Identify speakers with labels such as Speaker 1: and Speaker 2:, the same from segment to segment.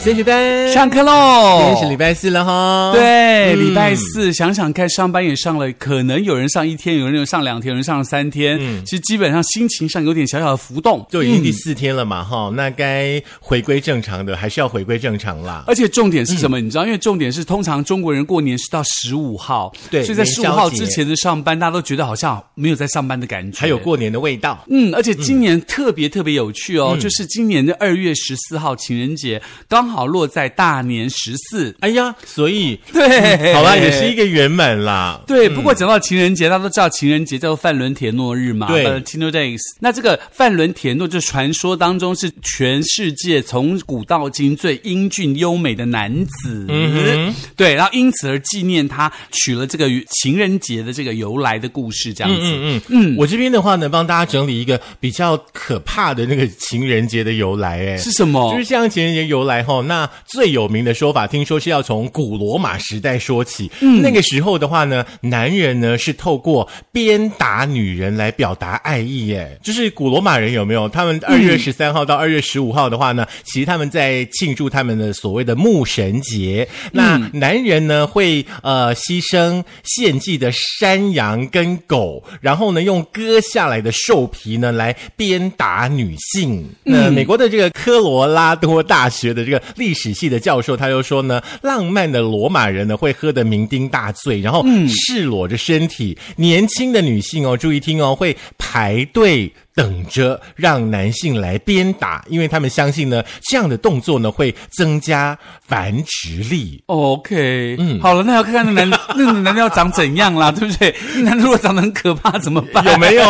Speaker 1: 先学班，
Speaker 2: 上课喽！
Speaker 1: 今天呃是礼拜四了哈。
Speaker 2: 对，
Speaker 1: 嗯
Speaker 2: 礼拜四想想看，上班也上了，可能有人上一天，有人上两天，有人上三天。
Speaker 1: 嗯
Speaker 2: 其实基本上心情上有点小小的浮动。
Speaker 1: 就已经第
Speaker 2: 嗯
Speaker 1: 四天了嘛哈，那该回归正常的还是要回归正常啦。
Speaker 2: 而且重点是什
Speaker 1: 嗯
Speaker 2: 么？你知道，因为重点是，通常中国人过年是到十五号，
Speaker 1: 对
Speaker 2: 所以在
Speaker 1: 元
Speaker 2: 十
Speaker 1: 宵
Speaker 2: 五号
Speaker 1: 节
Speaker 2: 之前的上班，大家都觉得好像没有在上班的感觉，
Speaker 1: 还有过年的味道，
Speaker 2: 嗯，而且今年特别特别有趣
Speaker 1: 嗯
Speaker 2: 哦，就是今年的二月十四号情人节刚好落在大年十四，嗯
Speaker 1: 哎呀，所以
Speaker 2: 对，
Speaker 1: 好啦，也是一。个圆满啦。
Speaker 2: 对，不过讲到情人节，大家都知道情人节叫做范伦铁诺日嘛
Speaker 1: 对
Speaker 2: ，Valentino Days。那这个范伦铁诺，就传说当中是全世界从古到今最英俊优美的男子。
Speaker 1: 嗯
Speaker 2: 对，然后因此而纪念他，取了这个情人节的这个由来的故事，这样子。
Speaker 1: 嗯嗯，我这边的话呢，帮大家整理一个比较可怕的那个情人节的由来，哎，
Speaker 2: 是什么？
Speaker 1: 就是像情人节由来哈，那最有名的说法，听说是要从古罗马时代说起。
Speaker 2: 嗯
Speaker 1: 那个时候的话呢，男人呢是透过鞭打女人来表达爱意。耶，就是古罗马人有没有？他
Speaker 2: 嗯
Speaker 1: 们二月十三号到二月十五号的话呢，其实他们在庆祝他们的所谓的牧神节。
Speaker 2: 嗯
Speaker 1: 那男人呢会呃牺牲献祭的山羊跟狗，然后呢用割下来的兽皮呢来鞭打女性。
Speaker 2: 嗯
Speaker 1: 那美国的这个科罗拉多大学的这个历史系的教授，他就说呢，浪漫的罗马人呢会喝得酩酊大醉，然后
Speaker 2: 嗯
Speaker 1: 赤裸着身体，年轻的女性哦，注意听哦，会排队。等着让男性来鞭打，因为他们相信呢，这样的动作呢会增加繁殖力。
Speaker 2: OK，嗯，好了，那要看看 那男那个男的要长怎样啦，对不对？那男的如果长得很可怕怎么办？
Speaker 1: 有没有？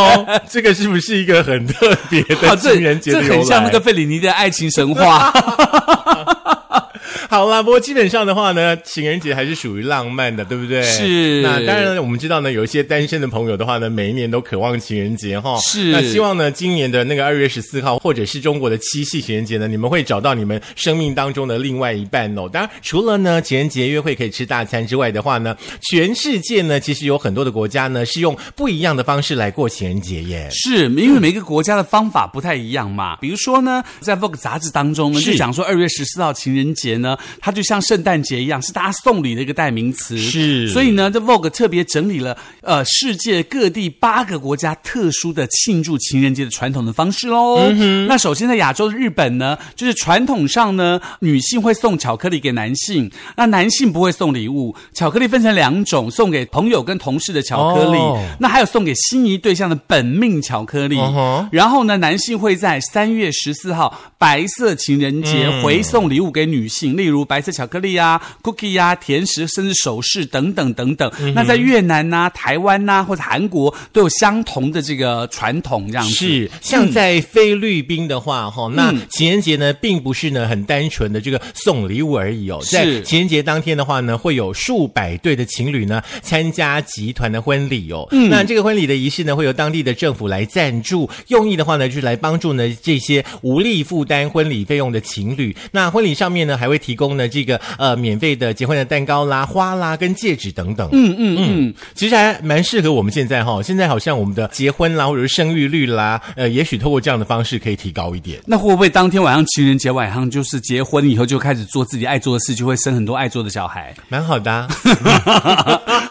Speaker 1: 这个是不是一个很特别
Speaker 2: 啊，
Speaker 1: 的
Speaker 2: 这
Speaker 1: 情人节
Speaker 2: 这
Speaker 1: 的由来？
Speaker 2: 很像那个费里尼的爱情神话。
Speaker 1: 好啦，不过基本上的话呢，情人节还是属于浪漫的，对不对？
Speaker 2: 是
Speaker 1: 那当然，我们知道呢，有一些单身的朋友的话呢，每一年都渴望情人节哈。
Speaker 2: 是
Speaker 1: 那希望呢，今年的那个二月十四号，或者是中国的七夕情人节呢，你们会找到你们生命当中的另外一半哦。当然，除了呢情人节约会可以吃大餐之外的话呢，全世界呢其实有很多的国家呢是用不一样的方式来过情人节耶。
Speaker 2: 是因为每个国家的方法不太一样嘛。比如说呢，在 Vogue 杂志当中呢，
Speaker 1: 是
Speaker 2: 就讲说二月十四号情人节呢，它就像圣诞节一样，是大家送礼的一个代名词。
Speaker 1: 是
Speaker 2: 所以呢，这 Vogue 特别整理了呃世界各地八个国家特殊的庆祝情人节的传统的方式喽。
Speaker 1: 嗯
Speaker 2: 那首先在亚洲的日本呢，就是传统上呢，女性会送巧克力给男性，那男性不会送礼物。巧克力分成两种，送给朋友跟同事的巧克力。
Speaker 1: 哦
Speaker 2: 那还有送给心仪对象的本命巧克力。
Speaker 1: 嗯哼
Speaker 2: 然后呢，男性会在三月十四号白色情人节
Speaker 1: 嗯
Speaker 2: 回送礼物给女性，例如白色巧克力啊、cookie 啊、甜食，甚至首饰等等等等。
Speaker 1: 嗯
Speaker 2: 那在越南呐、啊台湾呐、或者韩国都有相同的这个传统，这样子。嗯
Speaker 1: 是，像在菲律宾的话，哈、那情人节呢，并不是呢很单纯的这个送礼物而已哦。在
Speaker 2: 是
Speaker 1: 情人节当天的话呢，会有数百对的情侣呢参加集团的婚礼哦。
Speaker 2: 嗯
Speaker 1: 那这个婚礼的仪式呢，会由当地的政府来赞助，用意的话呢，就是来帮助呢这些无力负担婚礼费用的情侣。那婚礼上面呢，还会提供呢这个呃免费的结婚的蛋糕啦、花啦跟戒指等等。
Speaker 2: 嗯嗯嗯，
Speaker 1: 其实还蛮适合我们现在哈、现在好像我们的结婚啦，或者是生育率啦，呃，也许透过这样的方式可以提高一点。
Speaker 2: 那会不会当天晚上情人节晚上就是结婚以后就开始做自己爱做的事，就会生很多爱做的小孩？
Speaker 1: 蛮好的、 啊，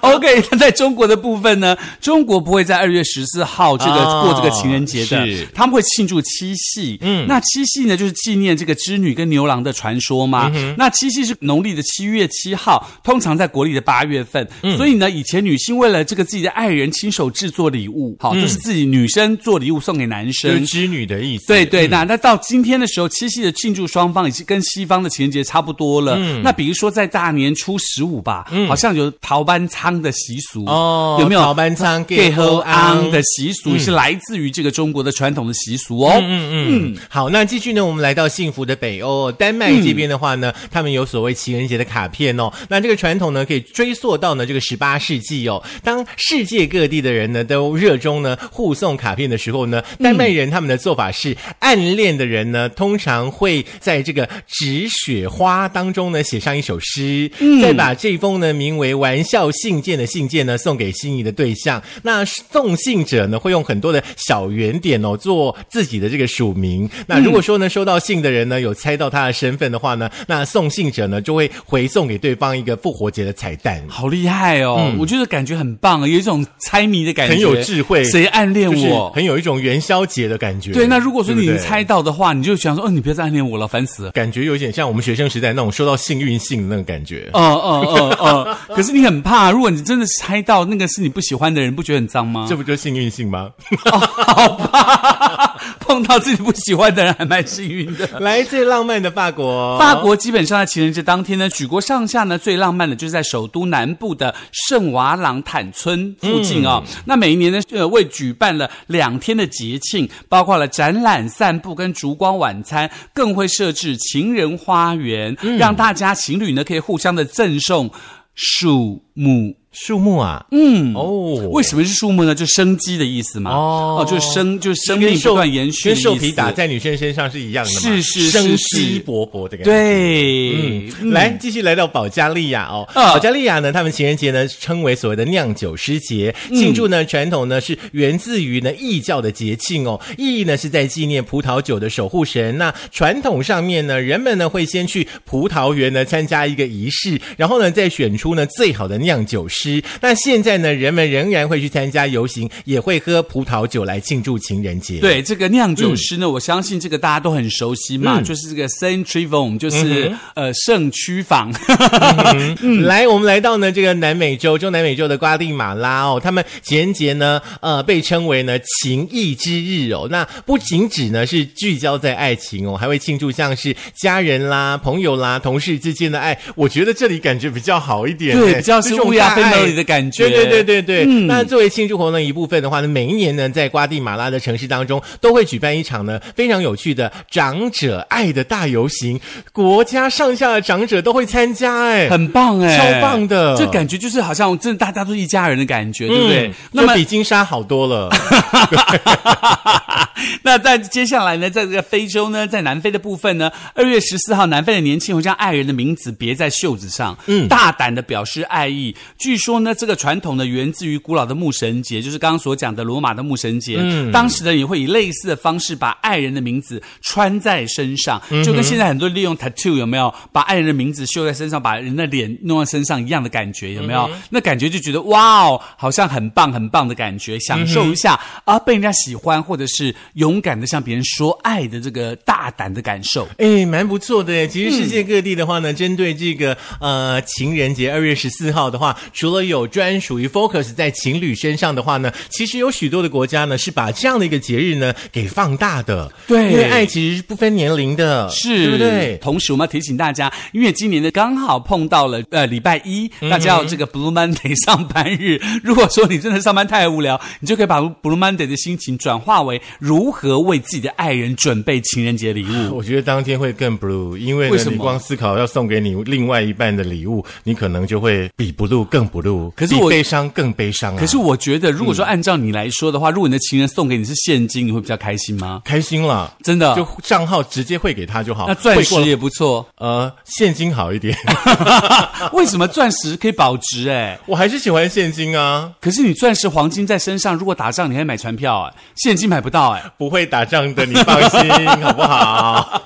Speaker 2: OK，那在中国的部分呢，中国不会在二月十四号这个、
Speaker 1: 哦
Speaker 2: 过这个情人节的
Speaker 1: 是，
Speaker 2: 他们会庆祝七夕。嗯，那七夕呢，就是纪念这个织女跟牛郎的传说嘛。那七夕是农历的七月七号，通常在国历的八月份。所以呢，以前女性为了这个自己的爱人亲手制作礼物，好，就是自己女生做礼物送给男
Speaker 1: 就是
Speaker 2: 生。
Speaker 1: 织女的意思。
Speaker 2: 对对，那那到今天的时候，七夕的庆祝双方已经跟西方的情人节差不多了。
Speaker 1: 嗯
Speaker 2: 那比如说在大年初十五吧，好像有逃班仓的习俗
Speaker 1: 哦，
Speaker 2: 有没有？
Speaker 1: 早班仓
Speaker 2: gay 和安的
Speaker 1: 的？
Speaker 2: 习俗是来自于这个中国的传统的习俗哦。
Speaker 1: 嗯嗯嗯，好，那继续呢，我们来到幸福的北欧，丹麦这边的话呢，他们有所谓情人节的卡片哦。那这个传统呢，可以追溯到呢这个十八世纪哦。当世界各地的人呢都热衷呢互送卡片的时候呢，丹麦人他们的做法是，暗恋的人呢通常会在这个纸雪花当中呢写上一首诗，
Speaker 2: 嗯
Speaker 1: 再把这封呢名为玩笑信件的信件呢送给心仪的对象。那送信者呢会用很多的小圆点哦做自己的这个署名。那如果说呢收到信的人呢有猜到他的身份的话呢，那送信者呢就会回送给对方一个复活节的彩蛋。
Speaker 2: 好厉害哦！我觉得感觉很棒，啊有一种猜谜的感
Speaker 1: 嗯
Speaker 2: 觉，
Speaker 1: 很有智慧
Speaker 2: 谁暗恋
Speaker 1: 就是
Speaker 2: 哎我？
Speaker 1: 很有一种元宵节的感觉。
Speaker 2: 对，那如果说
Speaker 1: 对
Speaker 2: 你
Speaker 1: 不对
Speaker 2: 猜到的话，你就想说，哦，你不要再暗恋我了，烦死了。
Speaker 1: 感觉有点像我们学生时代那种收到幸运信的那种感觉。
Speaker 2: 哦哦哦 哦！可是你很怕，如果你真的猜到那个是你不喜欢的人，不觉得很脏吗？
Speaker 1: 这不就幸运信吗？
Speaker 2: 哦好吧，碰到自己不喜欢的人还蛮幸运的。
Speaker 1: 来自浪漫的法国，
Speaker 2: 呃法国基本上在情人节当天呢，举国上下呢最浪漫的就是在首都南部的圣瓦朗坦村附近哦。
Speaker 1: 嗯
Speaker 2: 那每一年呢，呃，为举办了两天的节庆，包括了展览、散步跟烛光晚餐，更会设置情人花园，
Speaker 1: 嗯
Speaker 2: 让大家情侣呢可以互相的赠送树木。
Speaker 1: 树木啊，嗯，哦，
Speaker 2: 为什么是树木呢？就生机的意思嘛。
Speaker 1: 哦
Speaker 2: 就是生，就是生
Speaker 1: 跟
Speaker 2: 命
Speaker 1: 兽
Speaker 2: 不断延续的意
Speaker 1: 跟
Speaker 2: 思。
Speaker 1: 兽皮打在女生身上是一样的嘛？
Speaker 2: 是是是
Speaker 1: 生
Speaker 2: 是
Speaker 1: 机勃勃的感觉。。
Speaker 2: 对，嗯
Speaker 1: 来，继续来到保加利亚哦。
Speaker 2: 啊
Speaker 1: 保加利亚呢，他们情人节呢称为所谓的酿酒师节，
Speaker 2: 嗯
Speaker 1: 庆祝呢传统呢是源自于呢异教的节庆哦，意义呢是在纪念葡萄酒的守护神。那传统上面呢，人们呢会先去葡萄园呢参加一个仪式，然后呢再选出呢最好的酿酒师。那现在呢，人们仍然会去参加游行，也会喝葡萄酒来庆祝情人节。。
Speaker 2: 对这个酿酒师呢，我相信这个大家都很熟悉嘛，
Speaker 1: 嗯
Speaker 2: 就是这个 Saint Trivon，就是、呃圣区坊。
Speaker 1: 嗯，来，我们来到呢这个南美洲，中南美洲的瓜地马拉哦，他们情人节呢，呃，被称为呢情谊之日哦。那不仅只呢是聚焦在爱情哦，还会庆祝像是家人啦、朋友啦、同事之间的爱。我觉得这里感觉比较好一点，
Speaker 2: 对
Speaker 1: 哎
Speaker 2: 比较是
Speaker 1: 这种
Speaker 2: 乌鸦
Speaker 1: 大爱
Speaker 2: family 的感觉
Speaker 1: 对对对对对。那作为庆祝活动的一部分的话呢，每一年呢，在瓜地马拉的城市当中，都会举办一场呢非常有趣的长者爱的大游行，国家上下的长者都会参加，哎，
Speaker 2: 很棒哎、
Speaker 1: 超棒的
Speaker 2: 这感觉就是好像真的大家都一家人的感觉，对不对？
Speaker 1: 嗯
Speaker 2: 那么
Speaker 1: 就比金沙好多 了。
Speaker 2: 那在接下来呢，在这个非洲呢，在南非的部分呢，二月十四号，南非的年轻人将爱人的名字别在袖子上，嗯，大胆的表示爱意。据说呢，这个传统呢，源自于古老的牧神节，就是刚刚所讲的罗马的牧神节。嗯，当时呢，也会以类似的方式把爱人的名字穿在身上，就跟现在很多利用 tattoo 有没有，把爱人的名字绣在身上，把人的脸弄在身上一样的感觉，有没有？那感觉就觉得哇哦，好像很棒很棒的感觉，享受一下、啊，被人家喜欢，或者是勇敢的向别人说爱的这个大胆的感受。
Speaker 1: 哎，蛮不错的耶。其实世界各地的话呢，针对这个呃情人节二月十四号的话，除了有专属于 focus 在情侣身上的话呢，其实有许多的国家呢是把这样的一个节日呢给放大的。
Speaker 2: 对
Speaker 1: 因为爱其实是不分年龄的，
Speaker 2: 是，
Speaker 1: 对不对？
Speaker 2: 同时，我们要提醒大家，因为今年呢刚好碰到了呃礼拜一，
Speaker 1: 嗯
Speaker 2: 大家有这个 Blue Monday 上班日。如果说你真的上班太无聊，你就可以把 Blue Monday 的心情转化为如何为自己的爱人准备情人节礼物。
Speaker 1: 我觉得当天会更 blue，因为呢
Speaker 2: 为什么
Speaker 1: 你光思考要送给你另外一半的礼物，你可能就会比 blue 更 blue，
Speaker 2: 可是我
Speaker 1: 比悲伤更悲伤啊。
Speaker 2: 可是我觉得，如果说按照你来说的话，如果你的情人送给你是现金，你会比较开心吗？
Speaker 1: 开心了，
Speaker 2: 真的
Speaker 1: 就账号直接汇给他就好。
Speaker 2: 啊那钻石
Speaker 1: 汇过
Speaker 2: 也不 错，
Speaker 1: 呃，现金好一点，
Speaker 2: 为什么钻石可以保值、哎，
Speaker 1: 我还是喜欢现金啊，
Speaker 2: 可是你钻石、黄金在身上，如果打仗，你还买船票、哎，现金买不到、哎。
Speaker 1: 不会打仗的，你放心，好不好？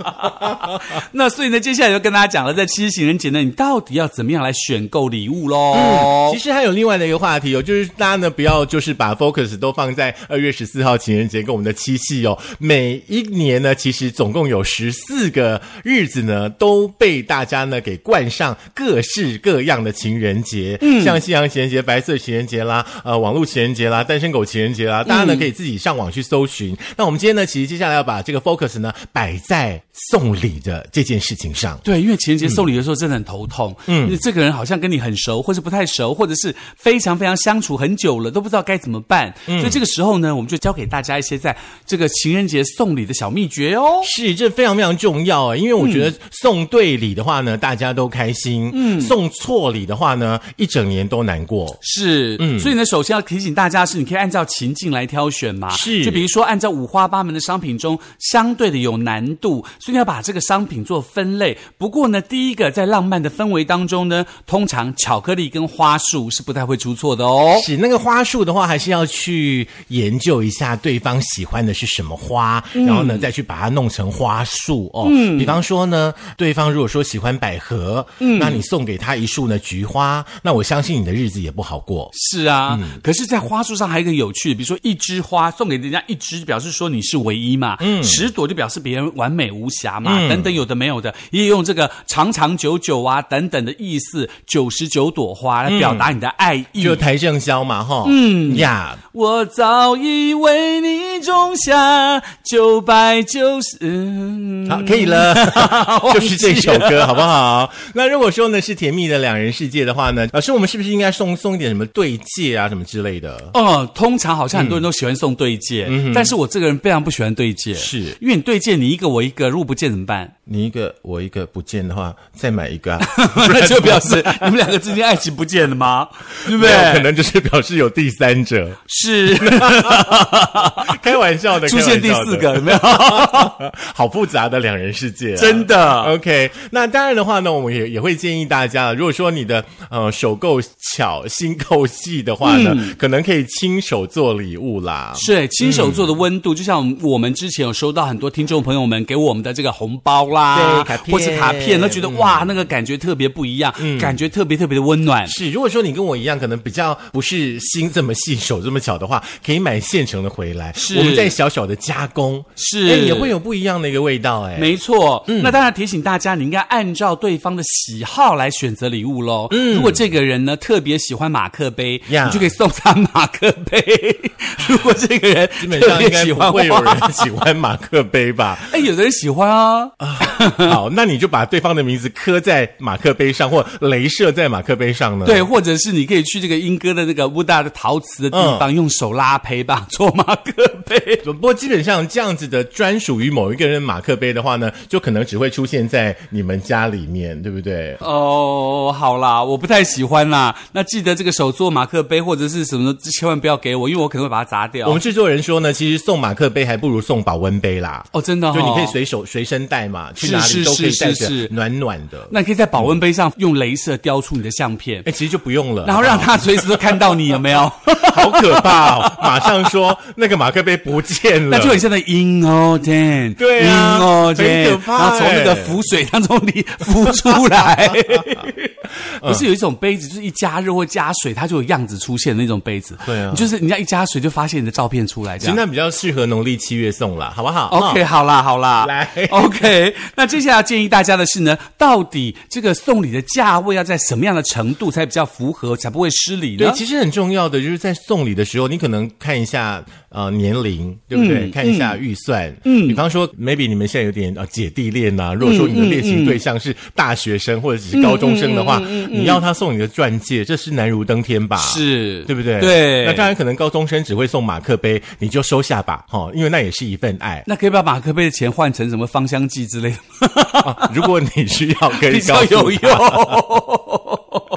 Speaker 2: 那所以呢，接下来就跟大家讲了，在七夕情人节呢，你到底要怎么样来选购礼物喽？哦
Speaker 1: 其实还有另外的一个话题哦，就是大家呢不要就是把 focus 都放在二月十四号情人节跟我们的七夕哦，每一年呢其实总共有十四个日子呢都被大家呢给冠上各式各样的情人节，嗯，像西洋情人节、白色情人节啦，呃，网络情人节啦，单身狗情人节啦，大家呢可以自己上网去搜寻。那我们今天呢，其实接下来要把这个 focus 呢摆在送礼的这件事情上。
Speaker 2: 对，因为情人节送礼的时候真的很头痛。嗯，这个人好像跟你很熟，或是不太熟，熟，或者是非常非常相处很久了，都不知道该怎么办。所以这个时候呢，我们就教给大家一些在这个情人节送礼的小秘诀哦。
Speaker 1: 是，这非常非常重要啊！因为我觉得送对礼的话呢，大家都开心；嗯，送错礼的话呢，一整年都难过。
Speaker 2: 是，所以呢，首先要提醒大家的是，你可以按照情境来挑选嘛。
Speaker 1: 是
Speaker 2: 就比如说按照五花八门的商品中，相对的有难度，所以你要把这个商品做分类。不过呢，第一个在浪漫的氛围当中呢，通常巧克力跟花束是不太会出错的哦。
Speaker 1: 是那个花束的话，还是要去研究一下对方喜欢的是什么花，然后呢，再去把它弄成花束哦。比方说呢，对方如果说喜欢百合，嗯，那你送给他一束呢菊花，那我相信你的日子也不好过。
Speaker 2: 是啊，
Speaker 1: 嗯
Speaker 2: 可是，在花束上还有一个有趣的，比如说一枝花送给人家一枝，表示说你是唯一嘛；嗯，十朵就表示别人完美无瑕嘛，
Speaker 1: 嗯
Speaker 2: 等等，有的没有的，也用这个长长久久啊等等的意思，九十九朵花来表达你的爱意。
Speaker 1: 就台正宵嘛，哈，嗯呀，
Speaker 2: 我早已为你种下九百九十，嗯
Speaker 1: 好，可以 了，
Speaker 2: 忘
Speaker 1: 就
Speaker 2: 记
Speaker 1: 是这首歌，好不好？那如果说呢是甜蜜的两人世界的话呢，老师，我们是不是应该送送一点什么对戒啊，什么之类的？
Speaker 2: 哦，通常好像很多人都喜欢送对戒，但是我这个人非常不喜欢对戒，
Speaker 1: 嗯是
Speaker 2: 因为你对戒你一个我一个，如果不见怎么办？
Speaker 1: 你一个我一个不见的话，再买一个、 啊，
Speaker 2: 那 就表示你们两个之间爱情不见 了吗？对不
Speaker 1: 没有可
Speaker 2: 对？
Speaker 1: 能就是表示有第三者，
Speaker 2: 是
Speaker 1: 开玩笑的，
Speaker 2: 出现第
Speaker 1: 开玩笑的
Speaker 2: 四个，有没有？
Speaker 1: 好复杂的两人世界、啊，
Speaker 2: 真的。
Speaker 1: OK，那当然的话呢，我们也也会建议大家，如果说你的呃手够巧、心够细的话呢，可能可以亲手做礼物啦。
Speaker 2: 是亲手做的温度，就像我们之前有收到很多听众朋友们给我们的这个红包啦，
Speaker 1: 对卡片嗯
Speaker 2: 或是卡片，都觉得、哇，那个感觉特别不一样，感觉特别特别的温暖。
Speaker 1: 是，如果说你跟我一样，可能比较不是心这么细、手这么巧的话，可以买现成的回来，
Speaker 2: 是
Speaker 1: 我们再小小的加工，
Speaker 2: 是
Speaker 1: 哎也会有不一样的一个味道， 哎。
Speaker 2: 没错，那当然提醒大家，你应该按照对方的喜好来选择礼物喽。
Speaker 1: 嗯
Speaker 2: 如果这个人呢特别喜欢马克杯
Speaker 1: 呀
Speaker 2: 你就可以送他马克杯； 如果这个人
Speaker 1: 基本
Speaker 2: 特
Speaker 1: 上应
Speaker 2: 别
Speaker 1: 该
Speaker 2: 喜
Speaker 1: 不
Speaker 2: 欢
Speaker 1: 会有
Speaker 2: 花
Speaker 1: 人喜欢马克杯吧？
Speaker 2: 哎，有的人喜欢啊，
Speaker 1: 好，那你就把对方的名字刻在马克杯上，或镭射在马克杯上呢？
Speaker 2: 对，或者是你可以去这个英歌的那个乌大的陶瓷的地方，用手拉胚吧，做马克杯。
Speaker 1: 哎不过基本上这样子的专属于某一个人马克杯的话呢，就可能只会出现在你们家里面，对不对？
Speaker 2: 哦，好啦，我不太喜欢啦。那记得这个手做马克杯或者是什么，千万不要给我，因为我可能会把它砸掉
Speaker 1: 我。们制作人说呢，其实送马克杯还不如送保温杯啦。
Speaker 2: 哦，真的、哦，
Speaker 1: 就你可以随手随身带嘛，去
Speaker 2: 是
Speaker 1: 哪里
Speaker 2: 是
Speaker 1: 都可以
Speaker 2: 是
Speaker 1: 带
Speaker 2: 是
Speaker 1: 着
Speaker 2: 是，
Speaker 1: 暖暖的。
Speaker 2: 那你可以在保温杯上用镭射雕出你的相片，
Speaker 1: 哎，其实就不用了，
Speaker 2: 然后让他随时都看到你，有没有？
Speaker 1: 好可怕哦！ 马上说那个马克杯不见了，
Speaker 2: 那就很像那哦 in all ten，
Speaker 1: 对啊
Speaker 2: in all ten，
Speaker 1: 很可怕
Speaker 2: 哦然后从那个
Speaker 1: 欸
Speaker 2: 浮水当中里浮 出来，
Speaker 1: 嗯
Speaker 2: 不是有一种杯子，就是一加热或加水，它就有样子出现的那种杯子。
Speaker 1: 对啊
Speaker 2: 你就是人家一加水就发现你的照片出来，这
Speaker 1: 其实
Speaker 2: 样。
Speaker 1: 那比较适合农历七月送啦，好不好
Speaker 2: OK，好啦，好啦，
Speaker 1: 啊嗯来
Speaker 2: OK，那接下来建议大家的是呢，到底这个送礼的价位要在什么样的程度才比较符合，才不会失礼呢？
Speaker 1: 对，其实很重要的就是在送礼的时候，你可能看一下呃年龄，对不
Speaker 2: 嗯
Speaker 1: 对？看一下预算，嗯，比方说，maybe 你们现在有点呃姐弟恋
Speaker 2: 嗯
Speaker 1: 呐、如果说你的恋情对象是大学生或者只是高中生的
Speaker 2: 嗯
Speaker 1: 话，你要他送你的钻戒，这是难如登天吧？。
Speaker 2: 是，
Speaker 1: 对不对？
Speaker 2: 对，
Speaker 1: 那当然，可能高中生只会送马克杯，你就收下吧，哈、哦，因为那也是一份爱
Speaker 2: 那可以把马克杯的钱换成什么芳香剂之类的 吗，
Speaker 1: 啊。如果你需要，可以
Speaker 2: 比
Speaker 1: 告
Speaker 2: 较
Speaker 1: 诉
Speaker 2: 有
Speaker 1: 他
Speaker 2: 用。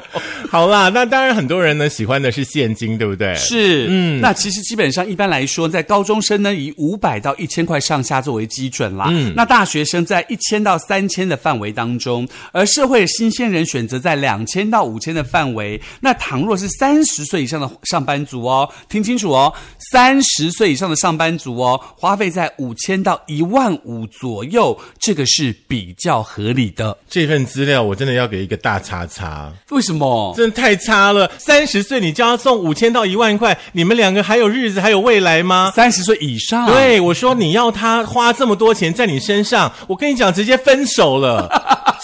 Speaker 1: 好啦，那当然，很多人呢喜欢的是现金，对不对？
Speaker 2: 是，嗯，那其实基本上一般来说，在高中生呢，以五百到一千块上下作为基准啦。嗯，那大学生在一千到三千的范围当中，而社会新鲜人选择在两千到五千的范围。那倘若是三十岁以上的上班族哦，听清楚哦，三十岁以上的上班族哦，花费在五千到一万五左右，这个是比较合理的。
Speaker 1: 这份资料我真的要给一个大叉叉。
Speaker 2: 为什么？
Speaker 1: 真的太差了！三十岁你就要送五千到一万块，你们两个还有日子还有未来吗？
Speaker 2: 三十岁以上，，
Speaker 1: 对，我说你要他花这么多钱在你身上，我跟你讲，直接分手 了，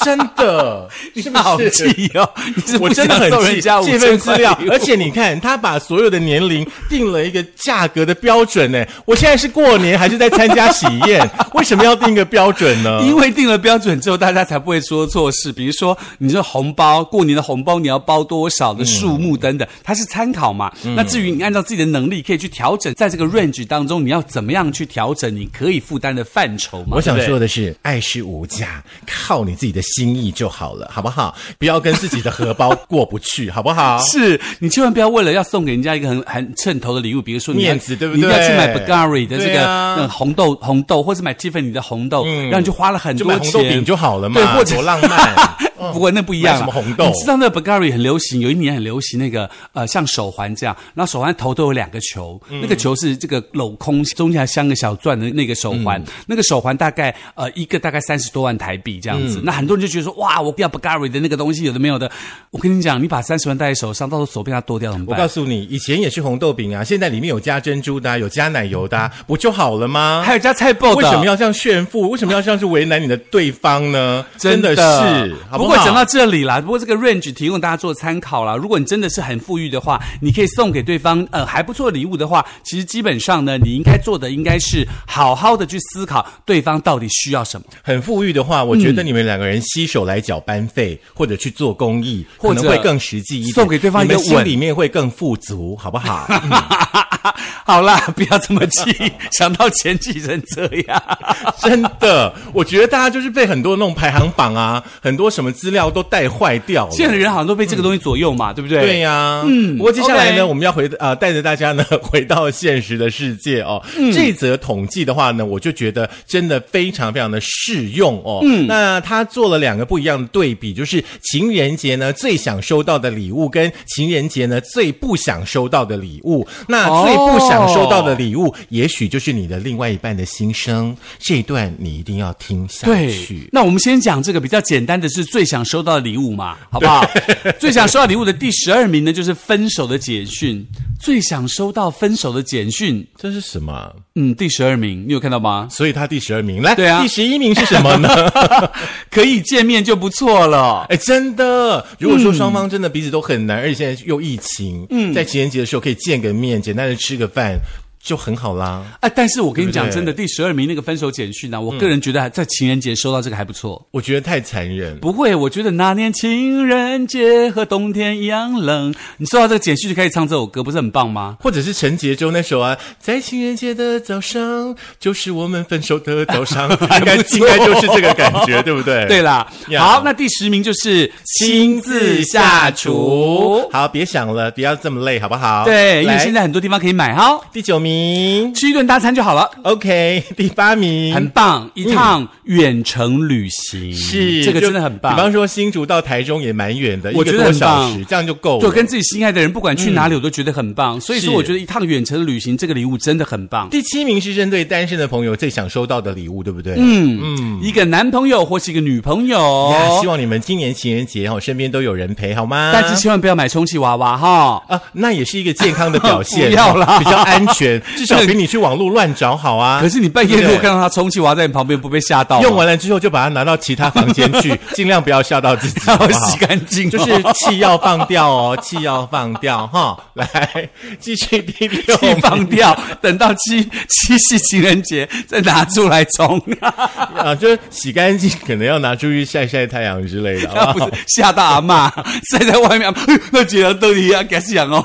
Speaker 1: 真的，是不
Speaker 2: 好
Speaker 1: 是？
Speaker 2: 气哦！你是
Speaker 1: 我
Speaker 2: 不
Speaker 1: 真的
Speaker 2: 想
Speaker 1: 很
Speaker 2: 送人
Speaker 1: 气
Speaker 2: 家
Speaker 1: 这份
Speaker 2: 5000
Speaker 1: 资
Speaker 2: 块
Speaker 1: 料
Speaker 2: 礼物，
Speaker 1: 而且你看，他把所有的年龄定了一个价格的标准呢。我现在是过年还是在参加喜宴？为什么要定一个标准呢？
Speaker 2: 因为定了标准之后，大家才不会说错事。比如说，你这红包，过年的红包你要包多少的数目等等，它是参考嘛。
Speaker 1: 嗯
Speaker 2: 那至于你按照自己的能力，可以去调整，在这个 range 当中，你要怎么样去调整你可以负担的范畴嘛？
Speaker 1: 我想
Speaker 2: 对不对
Speaker 1: 说的是，爱是无价，靠你自己的心意就好了，好不好？不要跟自己的荷包过不去，好不好？
Speaker 2: 是你千万不要为了要送给人家一个很很衬头的礼物，比如说你要
Speaker 1: 面子对不
Speaker 2: 你一定要
Speaker 1: 对
Speaker 2: 去买 Bulgari 的这
Speaker 1: 对
Speaker 2: 个、
Speaker 1: 啊嗯
Speaker 2: 嗯红豆红豆，或是买 Tiffany 的红豆，然后你就花了很
Speaker 1: 就
Speaker 2: 多
Speaker 1: 买
Speaker 2: 钱。
Speaker 1: 红豆饼就好了嘛，
Speaker 2: 对，或者
Speaker 1: 多浪 漫。
Speaker 2: 不过那不一样
Speaker 1: 嗯
Speaker 2: 啊，
Speaker 1: 买什么红豆
Speaker 2: 你知道那个 Bulgari 很流行，有一年很流行那个呃，像手环这样，然后手环头都有两个球，
Speaker 1: 嗯
Speaker 2: 那个球是这个镂空，中间还镶个小钻的那个手环，
Speaker 1: 嗯
Speaker 2: 那个手环大概呃一个大概三十多万台币这样
Speaker 1: 嗯
Speaker 2: 子。那很多人就觉得说，哇，我要 Bulgari 的那个东西有的没有的。我跟你讲，你把三十万戴在手上，到时候手被它剁掉怎么
Speaker 1: 我
Speaker 2: 办？
Speaker 1: 告诉你，以前也是红豆饼啊，现在里面有加珍珠的啊、有加奶油的啊、不就好了吗？
Speaker 2: 还有加菜爆的，
Speaker 1: 为什么要这样炫富？为什么要这样去为难你的对方 呢？真的是，好
Speaker 2: 不
Speaker 1: 好？
Speaker 2: 过讲到这里啦，不过这个 range 提供大家做参考啦。如果你真的是很富裕的话，你可以送给对方呃还不错的礼物的话，其实基本上呢，你应该做的应该是好好的去思考对方到底需要什么。
Speaker 1: 很富裕的话，我觉得你们两个人携手来缴班费，或者去做公益，
Speaker 2: 嗯或者
Speaker 1: 可能会更实际一点，
Speaker 2: 送给对方一
Speaker 1: 你
Speaker 2: 个
Speaker 1: 们心
Speaker 2: 吻
Speaker 1: 里面会更富足，好不 好？
Speaker 2: 好啦，不要这么气，想到钱气成这样。
Speaker 1: 真的，我觉得大家就是被很多那种排行榜啊，很多什么资料都带坏掉了。
Speaker 2: 现在的人好像都被这个东西左右嘛，对不对？
Speaker 1: 对呀、嗯，不过接下来呢
Speaker 2: OK
Speaker 1: 我们要回呃，带着大家呢 回到现实的世界哦。
Speaker 2: 嗯
Speaker 1: 这则统计的话呢，我就觉得真的非常非常的适用哦。嗯，那他做了两个不一样的对比，就是情人节呢最想收到的礼物跟情人节呢最不想收到的礼物。那最不想收到的礼
Speaker 2: 哦
Speaker 1: 物，也许就是你的另外一半的心声。这一段你一定要听下去。
Speaker 2: 那我们先讲这个比较简单的是最想收到的礼物嘛，好不好？最想收到礼物的第十二名呢，就是分手的简讯。最想收到分手的简讯，
Speaker 1: 这是什么？
Speaker 2: 嗯，第十二名，你有看到 吗？
Speaker 1: 所以他第十二名，来，
Speaker 2: 对啊
Speaker 1: 第十一名是什么呢？
Speaker 2: 可以见面就不错了。
Speaker 1: 哎，真的，如
Speaker 2: 嗯
Speaker 1: 果说双方真的彼此都很难，而且现在又疫情，嗯，在情人节的时候可以见个面，简单的吃个饭就很好啦。
Speaker 2: 啊，但是我跟你
Speaker 1: 对嗯
Speaker 2: 讲，
Speaker 1: 不对
Speaker 2: 真的，第十二名那个分手简讯呢、啊我个人觉得还在情人节收到这个还不错。
Speaker 1: 我觉得太残忍，
Speaker 2: 不会，我觉得那年情人节和冬天一样冷。你收到这个简讯就可以唱这首歌，不是很棒吗？
Speaker 1: 或者是陈洁州那首啊，在情人节的早上，就是我们分手的早 上，应该
Speaker 2: 还不错
Speaker 1: 应该就是这个感觉，对不对？
Speaker 2: 对。啦
Speaker 1: Yeah
Speaker 2: 好，那第十名就是
Speaker 1: 亲自下厨，好，别想了，不要这么累，好不好？
Speaker 2: 对，因为
Speaker 1: 来
Speaker 2: 现在很多地方可以买哈，
Speaker 1: 第九名
Speaker 2: 吃一顿大餐就好了。
Speaker 1: ，OK，第八名，
Speaker 2: 很棒，一趟远程旅行
Speaker 1: 嗯是
Speaker 2: 嗯这个
Speaker 1: 就
Speaker 2: 真的很
Speaker 1: 比方
Speaker 2: 棒。
Speaker 1: 说新竹到台中也蛮远的，
Speaker 2: 我
Speaker 1: 一个
Speaker 2: 觉得
Speaker 1: 多
Speaker 2: 很
Speaker 1: 小
Speaker 2: 棒
Speaker 1: 时，这样就够了。
Speaker 2: 就跟自己心爱的人，不管
Speaker 1: 嗯
Speaker 2: 去哪里，我都觉得很棒。所以说，
Speaker 1: 是
Speaker 2: 我觉得一趟远程旅行这个礼物真的很棒。
Speaker 1: 第七名是针对单身的朋友最想收到的礼物，对不对？
Speaker 2: 嗯，哦一个男朋友或是一个女朋友
Speaker 1: 呀，，希望你们今年情人节哦，身边都有人陪，好吗？
Speaker 2: 但是千万不要买充气娃娃哈。
Speaker 1: 啊，那也是一个健康的表现，
Speaker 2: 不要啦
Speaker 1: 比较安全，至少比你去网络乱找好啊。
Speaker 2: 可是你半夜
Speaker 1: 对不
Speaker 2: 如
Speaker 1: 对
Speaker 2: 果看到他充气娃娃在你旁边，不被吓到吗啊
Speaker 1: 用完了之后就把它拿到其他房间去，尽量不要吓到自己，好
Speaker 2: 要
Speaker 1: 不好
Speaker 2: 洗干净哦，
Speaker 1: 就是气要放掉哦，气要放掉哈。来，继续第 六
Speaker 2: 气
Speaker 1: 名。
Speaker 2: 放掉，等到七七夕情人节再拿出来充。
Speaker 1: 啊，就是洗干净，可能要拿出去晒晒太阳之类的，好
Speaker 2: 啊，
Speaker 1: 不
Speaker 2: 不
Speaker 1: 好
Speaker 2: 是吓到阿妈，晒在外面，哎那几人都一样，给想哦。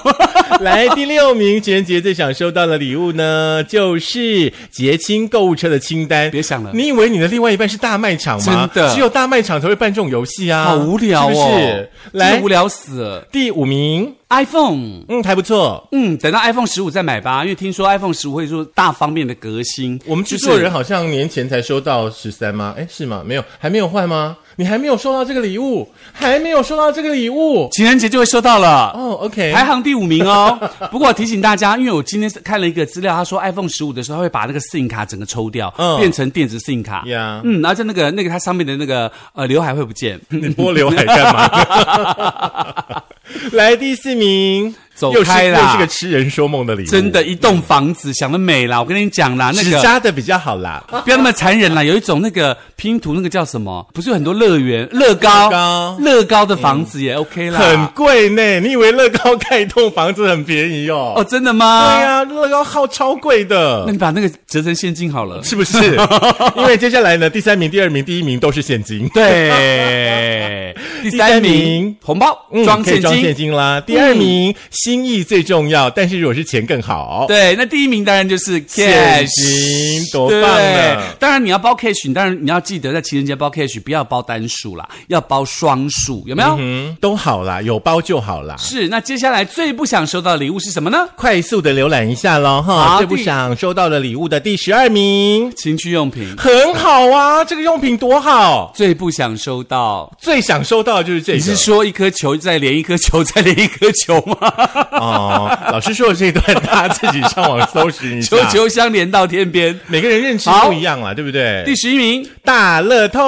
Speaker 1: 来，第六名情人节最想收到的礼物呢，就是结清购物车的清单。
Speaker 2: 别想了
Speaker 1: 你以为你的另外一半是大卖场吗？
Speaker 2: 真的
Speaker 1: 只有大卖场才会办这种游戏啊，
Speaker 2: 好无聊哦，
Speaker 1: 是不是？
Speaker 2: 真
Speaker 1: 来
Speaker 2: 的无，聊死了。
Speaker 1: 第五名，
Speaker 2: iPhone，
Speaker 1: 嗯，还不错。
Speaker 2: 嗯，等到 iPhone 十五再买吧，因为听说 iPhone 十五会做大方面的革新。
Speaker 1: 我们制作人好像年前才收到十三吗？哎，是吗？没有，还没有换吗？你还没有收到这个礼物，还没有收到这个礼物。
Speaker 2: 情人节就会收到了。
Speaker 1: 哦，OK，
Speaker 2: 排行第五名哦。 不过我提醒大家，因为我今天看了一个资料，他说 iPhone 十五的时候，他会把那个 SIM 卡整个抽掉，
Speaker 1: 嗯
Speaker 2: 变成电子 SIM 卡。
Speaker 1: 呀
Speaker 2: 嗯，然后在那个那个它上面的那个呃 刘海会不见。
Speaker 1: 你拨刘海干嘛？来第四名，
Speaker 2: 走
Speaker 1: 又是
Speaker 2: 开
Speaker 1: 又
Speaker 2: 啦！
Speaker 1: 是个痴人说梦的礼物，
Speaker 2: 真的，一栋房子想得美啦！我跟你讲啦，那
Speaker 1: 纸
Speaker 2: 个
Speaker 1: 扎的比较好啦。
Speaker 2: 不要那么残忍啦。有一种那个拼图，那个叫什么？不是有很多乐园、乐高、
Speaker 1: 乐高嗯
Speaker 2: 乐高的房子也 OK 啦。
Speaker 1: 很贵呢，你以为乐高盖一栋房子很便宜哦？
Speaker 2: 哦，真的吗？
Speaker 1: 对呀、乐高号超贵的
Speaker 2: 那。你把那个折成现金好了。
Speaker 1: 是不 是？因为接下来呢，第三名、第二名、第一名都是现金。
Speaker 2: 对，第
Speaker 1: 三
Speaker 2: 三
Speaker 1: 名
Speaker 2: 名红包
Speaker 1: 嗯，
Speaker 2: 装
Speaker 1: 可以
Speaker 2: 现
Speaker 1: 装现
Speaker 2: 金。嗯
Speaker 1: 金啦。第二名、心意最重要，但是如果是钱更好。
Speaker 2: 对，那第一名当然就是
Speaker 1: 现
Speaker 2: cash，
Speaker 1: 金多棒
Speaker 2: 对
Speaker 1: 啊！，
Speaker 2: 当然你要包 cash，你当然你要记得在情人节包 cash，不要包单数啦，要包双数，有没有？
Speaker 1: 嗯，都好啦，有包就好啦。
Speaker 2: 是，那接下来最不想收到的礼物是什么呢？
Speaker 1: 快速的浏览一下喽，哈，
Speaker 2: 好
Speaker 1: 最不
Speaker 2: 第
Speaker 1: 想收到的礼物的第十二名，
Speaker 2: 情趣用品
Speaker 1: 很好啊，这个用品多好，
Speaker 2: 最不想收到。
Speaker 1: 最想收到的就是这
Speaker 2: 你是
Speaker 1: 个。
Speaker 2: 说一颗球再连一颗球再连一颗球 吗？
Speaker 1: 哦，老师说的这一段，大家自己上网搜寻一下
Speaker 2: 球。球相连到天边。
Speaker 1: 每个人认知
Speaker 2: 好
Speaker 1: 不一样啦，对不对？
Speaker 2: 第十一名，
Speaker 1: 大乐透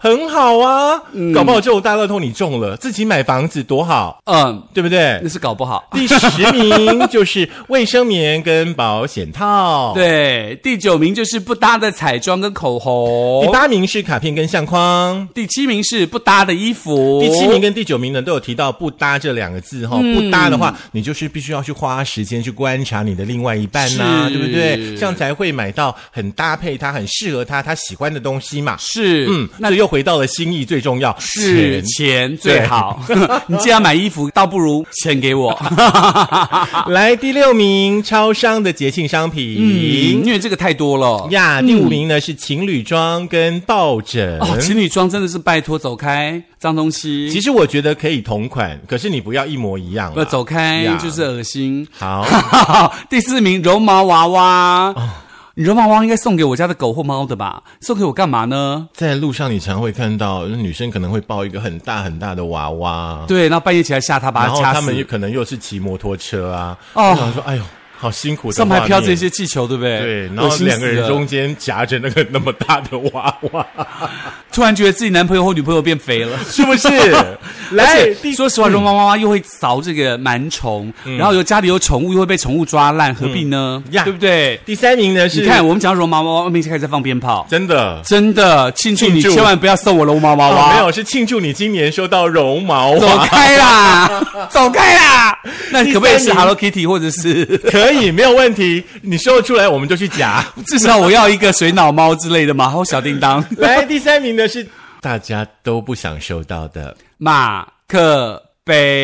Speaker 1: 很好啊，搞不好这种大乐透你中了，自己买房子多好，
Speaker 2: 嗯，
Speaker 1: 对不对
Speaker 2: 那？是搞不好。
Speaker 1: 第十名 就是卫生棉跟保险套，。
Speaker 2: 对，第九名就是不搭的彩妆跟口
Speaker 1: 第
Speaker 2: 红，
Speaker 1: 八名是卡片跟相框，
Speaker 2: 第七名是不搭的衣服，
Speaker 1: 第七名跟第九名呢都有提到“不搭”这两个字
Speaker 2: 嗯
Speaker 1: 哈、不搭的话，你就是必须要去花时间去观察你的另外一半呐、
Speaker 2: 是
Speaker 1: 对不对？这样才会买到很搭配他、很适合他、他喜欢的东西嘛。
Speaker 2: 是
Speaker 1: 嗯，那又回到了心意最重要，
Speaker 2: 是
Speaker 1: 钱
Speaker 2: 钱最好。你既然买衣服，倒不如钱 给我。
Speaker 1: 来第六名，超商的节庆商
Speaker 2: 嗯，
Speaker 1: 品。
Speaker 2: 因为这个太多了。
Speaker 1: 呀，第
Speaker 2: 嗯
Speaker 1: 五名呢是情侣装跟抱枕。
Speaker 2: 哦，情侣装真的是拜托走开，脏东西。
Speaker 1: 其实我觉得可以同款，可是你不要一模一样啦。
Speaker 2: 不走开
Speaker 1: 呀
Speaker 2: 就是恶心。
Speaker 1: 好，
Speaker 2: 第四名绒毛娃娃，你绒毛娃娃应该送给我家的狗或猫的吧？送给我干嘛呢？
Speaker 1: 在路上你常会看到女生可能会抱一个很大很大的娃娃，
Speaker 2: 对，然后半夜起来吓他，把
Speaker 1: 然
Speaker 2: 他
Speaker 1: 后
Speaker 2: 掐
Speaker 1: 他们又
Speaker 2: 死。
Speaker 1: 可能又是骑摩托车啊。
Speaker 2: 哦
Speaker 1: 我想说，哎呦，好辛苦的画
Speaker 2: 上
Speaker 1: 面，
Speaker 2: 面还飘着一些气球，对不对？
Speaker 1: 对，然后
Speaker 2: 恶心死
Speaker 1: 两个人
Speaker 2: 了
Speaker 1: 中间夹着那个那么大的娃娃，
Speaker 2: 突然觉得自己男朋友或女朋友变肥了。
Speaker 1: 是不 是？
Speaker 2: 而
Speaker 1: 来
Speaker 2: 且，说实话，绒毛娃娃又会扫这个螨虫，然后有家里有宠物又会被宠物抓烂，何必呢？
Speaker 1: 嗯呀
Speaker 2: 对不对？
Speaker 1: 第三名呢是
Speaker 2: 你看，我们讲到绒毛娃娃，外面就开始在放鞭炮，
Speaker 1: 真的
Speaker 2: 真的庆祝你
Speaker 1: 庆祝
Speaker 2: 千万不要送我绒毛娃
Speaker 1: 哦
Speaker 2: 娃，
Speaker 1: 没有，是庆祝你今年收到绒毛啊
Speaker 2: 走
Speaker 1: 娃，
Speaker 2: 开啦，走开啦！那你可不可以
Speaker 1: 第
Speaker 2: 是
Speaker 1: 三名
Speaker 2: Hello Kitty 或 者是
Speaker 1: 可以没有问题，你收得出来我们就去夹。
Speaker 2: 至少我要一个水脑猫之类的嘛，还有小 叮当、
Speaker 1: 来，第三名呢是大家都不想收到的
Speaker 2: 马克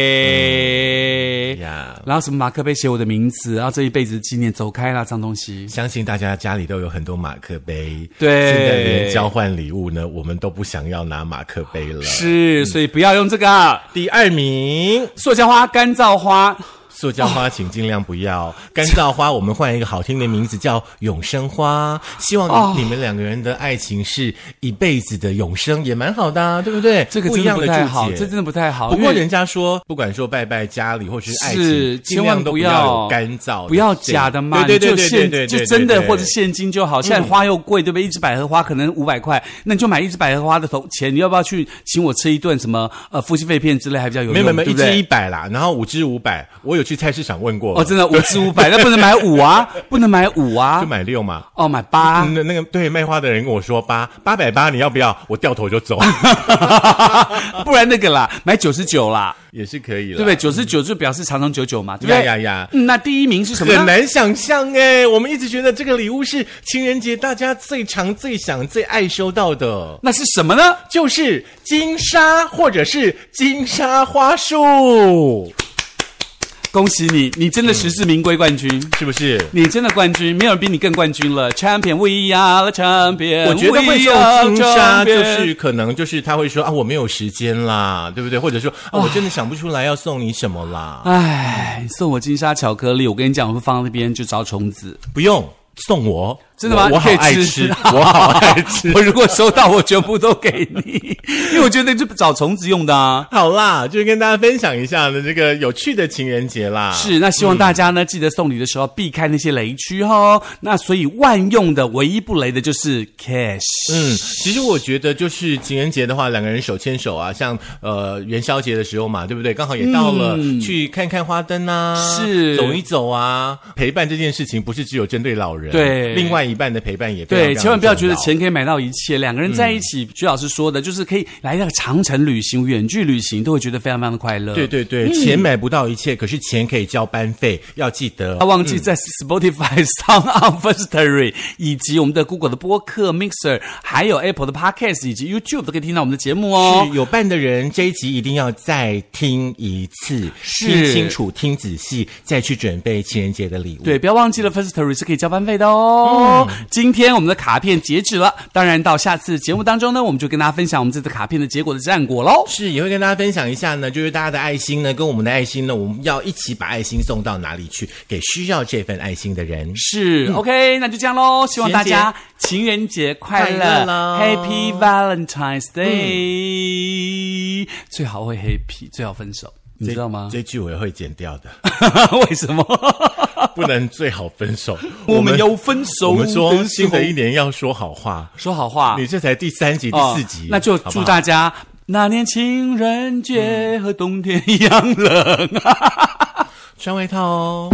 Speaker 2: 杯。
Speaker 1: 嗯呀。
Speaker 2: 然后什么马克杯写我的名字，然后这一辈子纪念，走开啦，脏东西。
Speaker 1: 相信大家家里都有很多马克杯，
Speaker 2: 对
Speaker 1: 现在连交换礼物呢，我们都不想要拿马克杯了。
Speaker 2: 是，所以不要用这个啊
Speaker 1: 第二名，
Speaker 2: 塑胶花、干燥花。
Speaker 1: 塑胶花请尽量不要，
Speaker 2: 哦
Speaker 1: 干燥花我们换一个好听的名字叫永生花。希望你、
Speaker 2: 哦
Speaker 1: 你们两个人的爱情是一辈子的永生，也蛮好的、啊，对不对？
Speaker 2: 这个
Speaker 1: 不一
Speaker 2: 真的
Speaker 1: 样
Speaker 2: 不
Speaker 1: 的
Speaker 2: 太
Speaker 1: 注
Speaker 2: 好，
Speaker 1: 解
Speaker 2: 这真的不太好。
Speaker 1: 不过
Speaker 2: 因为
Speaker 1: 人家说，不管说拜拜家里或者是爱
Speaker 2: 是
Speaker 1: 情，尽
Speaker 2: 千
Speaker 1: 量
Speaker 2: 万
Speaker 1: 都
Speaker 2: 不
Speaker 1: 要
Speaker 2: 要
Speaker 1: 有干燥，
Speaker 2: 不要假的嘛，
Speaker 1: 对
Speaker 2: 你
Speaker 1: 对
Speaker 2: 就
Speaker 1: 对对对，
Speaker 2: 现就
Speaker 1: 对
Speaker 2: 真的
Speaker 1: 对嗯
Speaker 2: 或者现金就好。现在花又贵，对不对？一支百合花可能五百块，那你就买一支百合花的头钱，你要不要去请我吃一顿什么呃夫妻肺片之类，还比较有用？
Speaker 1: 没有没有没有
Speaker 2: 对
Speaker 1: 一
Speaker 2: 不
Speaker 1: 支一
Speaker 2: 对？
Speaker 1: 百啦，然后五支五百，我有去菜市场问过
Speaker 2: 哦，真的五至五百，那不能买五啊， 不能买五啊
Speaker 1: 就，买嗯六嘛。
Speaker 2: 哦，买八。
Speaker 1: 那那个对卖花的人跟我说八八百八，你要不要？我掉头就走，
Speaker 2: 啊不然那个啦，买九十九啦，
Speaker 1: 也是可以了，
Speaker 2: 对不对？？九十九就表示长长久久嘛，对不
Speaker 1: 啊呀
Speaker 2: 对？
Speaker 1: 呀呀！
Speaker 2: 嗯那第一名是什么呢
Speaker 1: 很？难想象哎，我们一直觉得这个礼物是情人节大家最常、最想、最爱收到的，
Speaker 2: 那是什么呢？
Speaker 1: 就是金沙或者是金沙花束，
Speaker 2: 恭喜你，你真的实至名归冠军。
Speaker 1: 是不是？
Speaker 2: 你真的冠军，没有人比你更冠军了。Champion, we are the champion。
Speaker 1: 我觉得会送金沙，就是可能就是他会说啊，我没有时间啦，对不对？或者说啊，我真的想不出来要送你什么啦，
Speaker 2: 哎，送我金沙巧克力，我跟你讲，我会放在那边就招虫子。
Speaker 1: 不用送我，
Speaker 2: 真的吗？
Speaker 1: 我我好
Speaker 2: 你可以
Speaker 1: 爱吃 我好爱吃
Speaker 2: 我如果收到，我全部都给你，因为我觉得就找虫子用的啊。
Speaker 1: 好啦，就是跟大家分享一下呢这个有趣的情人节啦。
Speaker 2: 是，那希望大家
Speaker 1: 嗯
Speaker 2: 呢，记得送礼的时候避开那些雷区哦。那所以万用的唯一不雷的就是 cash。
Speaker 1: 嗯，其实我觉得就是情人节的话，两个人手牵手啊，像呃元宵节的时候嘛，对不对？刚好也到了，去看看花灯啊，
Speaker 2: 嗯是
Speaker 1: 走一走啊。陪伴这件事情不是只有针对老人，
Speaker 2: 对
Speaker 1: 另外一半的陪伴也非常
Speaker 2: 对，千万不要觉得。
Speaker 1: 非常重嗯
Speaker 2: 钱可以买到一切。两个人在一起，徐老师说的，就是可以来那个长程旅行、远距旅行，都会觉得非常非常的快乐。
Speaker 1: 对对对，钱买不到一切，可是钱可以交班费，要记得
Speaker 2: 他。忘记在
Speaker 1: 嗯
Speaker 2: Spotify、Sound On Firstory 以及我们的 Google 的播客 Mixer，还有 Apple 的 Podcast 以及 YouTube 都可以听到我们的节目哦
Speaker 1: 是。有伴的人，这一集一定要再听一次，
Speaker 2: 是
Speaker 1: 听清楚、听仔细，再去准备情人节的礼物。
Speaker 2: 对，不要忘记了 Firstory 是可以交班费的哦。
Speaker 1: 嗯
Speaker 2: 今天我们的卡片截止了，当然到下次节目当中呢，我们就跟大家分享我们这次卡片的结果的战果喽。
Speaker 1: 是，也会跟大家分享一下呢，就是大家的爱心呢，跟我们的爱心呢，我们要一起把爱心送到哪里去，给需要这份爱心的人。
Speaker 2: 是、
Speaker 1: 嗯
Speaker 2: o k 那就这样喽。希望大家情人节快乐
Speaker 1: 快乐喽
Speaker 2: h a p p y Valentine's Day、最好会 Happy，最好分手，你知道吗？
Speaker 1: 嗯这句我也会剪掉 的，
Speaker 2: 为什 么？
Speaker 1: 不能最好分手。
Speaker 2: 我们要分手，
Speaker 1: 我们说
Speaker 2: 分手
Speaker 1: 新的一年要说好话，
Speaker 2: 说好话
Speaker 1: 你，这才第三集、第
Speaker 2: 哦
Speaker 1: 四集，
Speaker 2: 啊那就
Speaker 1: 好不嗯
Speaker 2: 祝
Speaker 1: 好
Speaker 2: 大家那年情人节和冬天一样冷。
Speaker 1: 穿外套哦。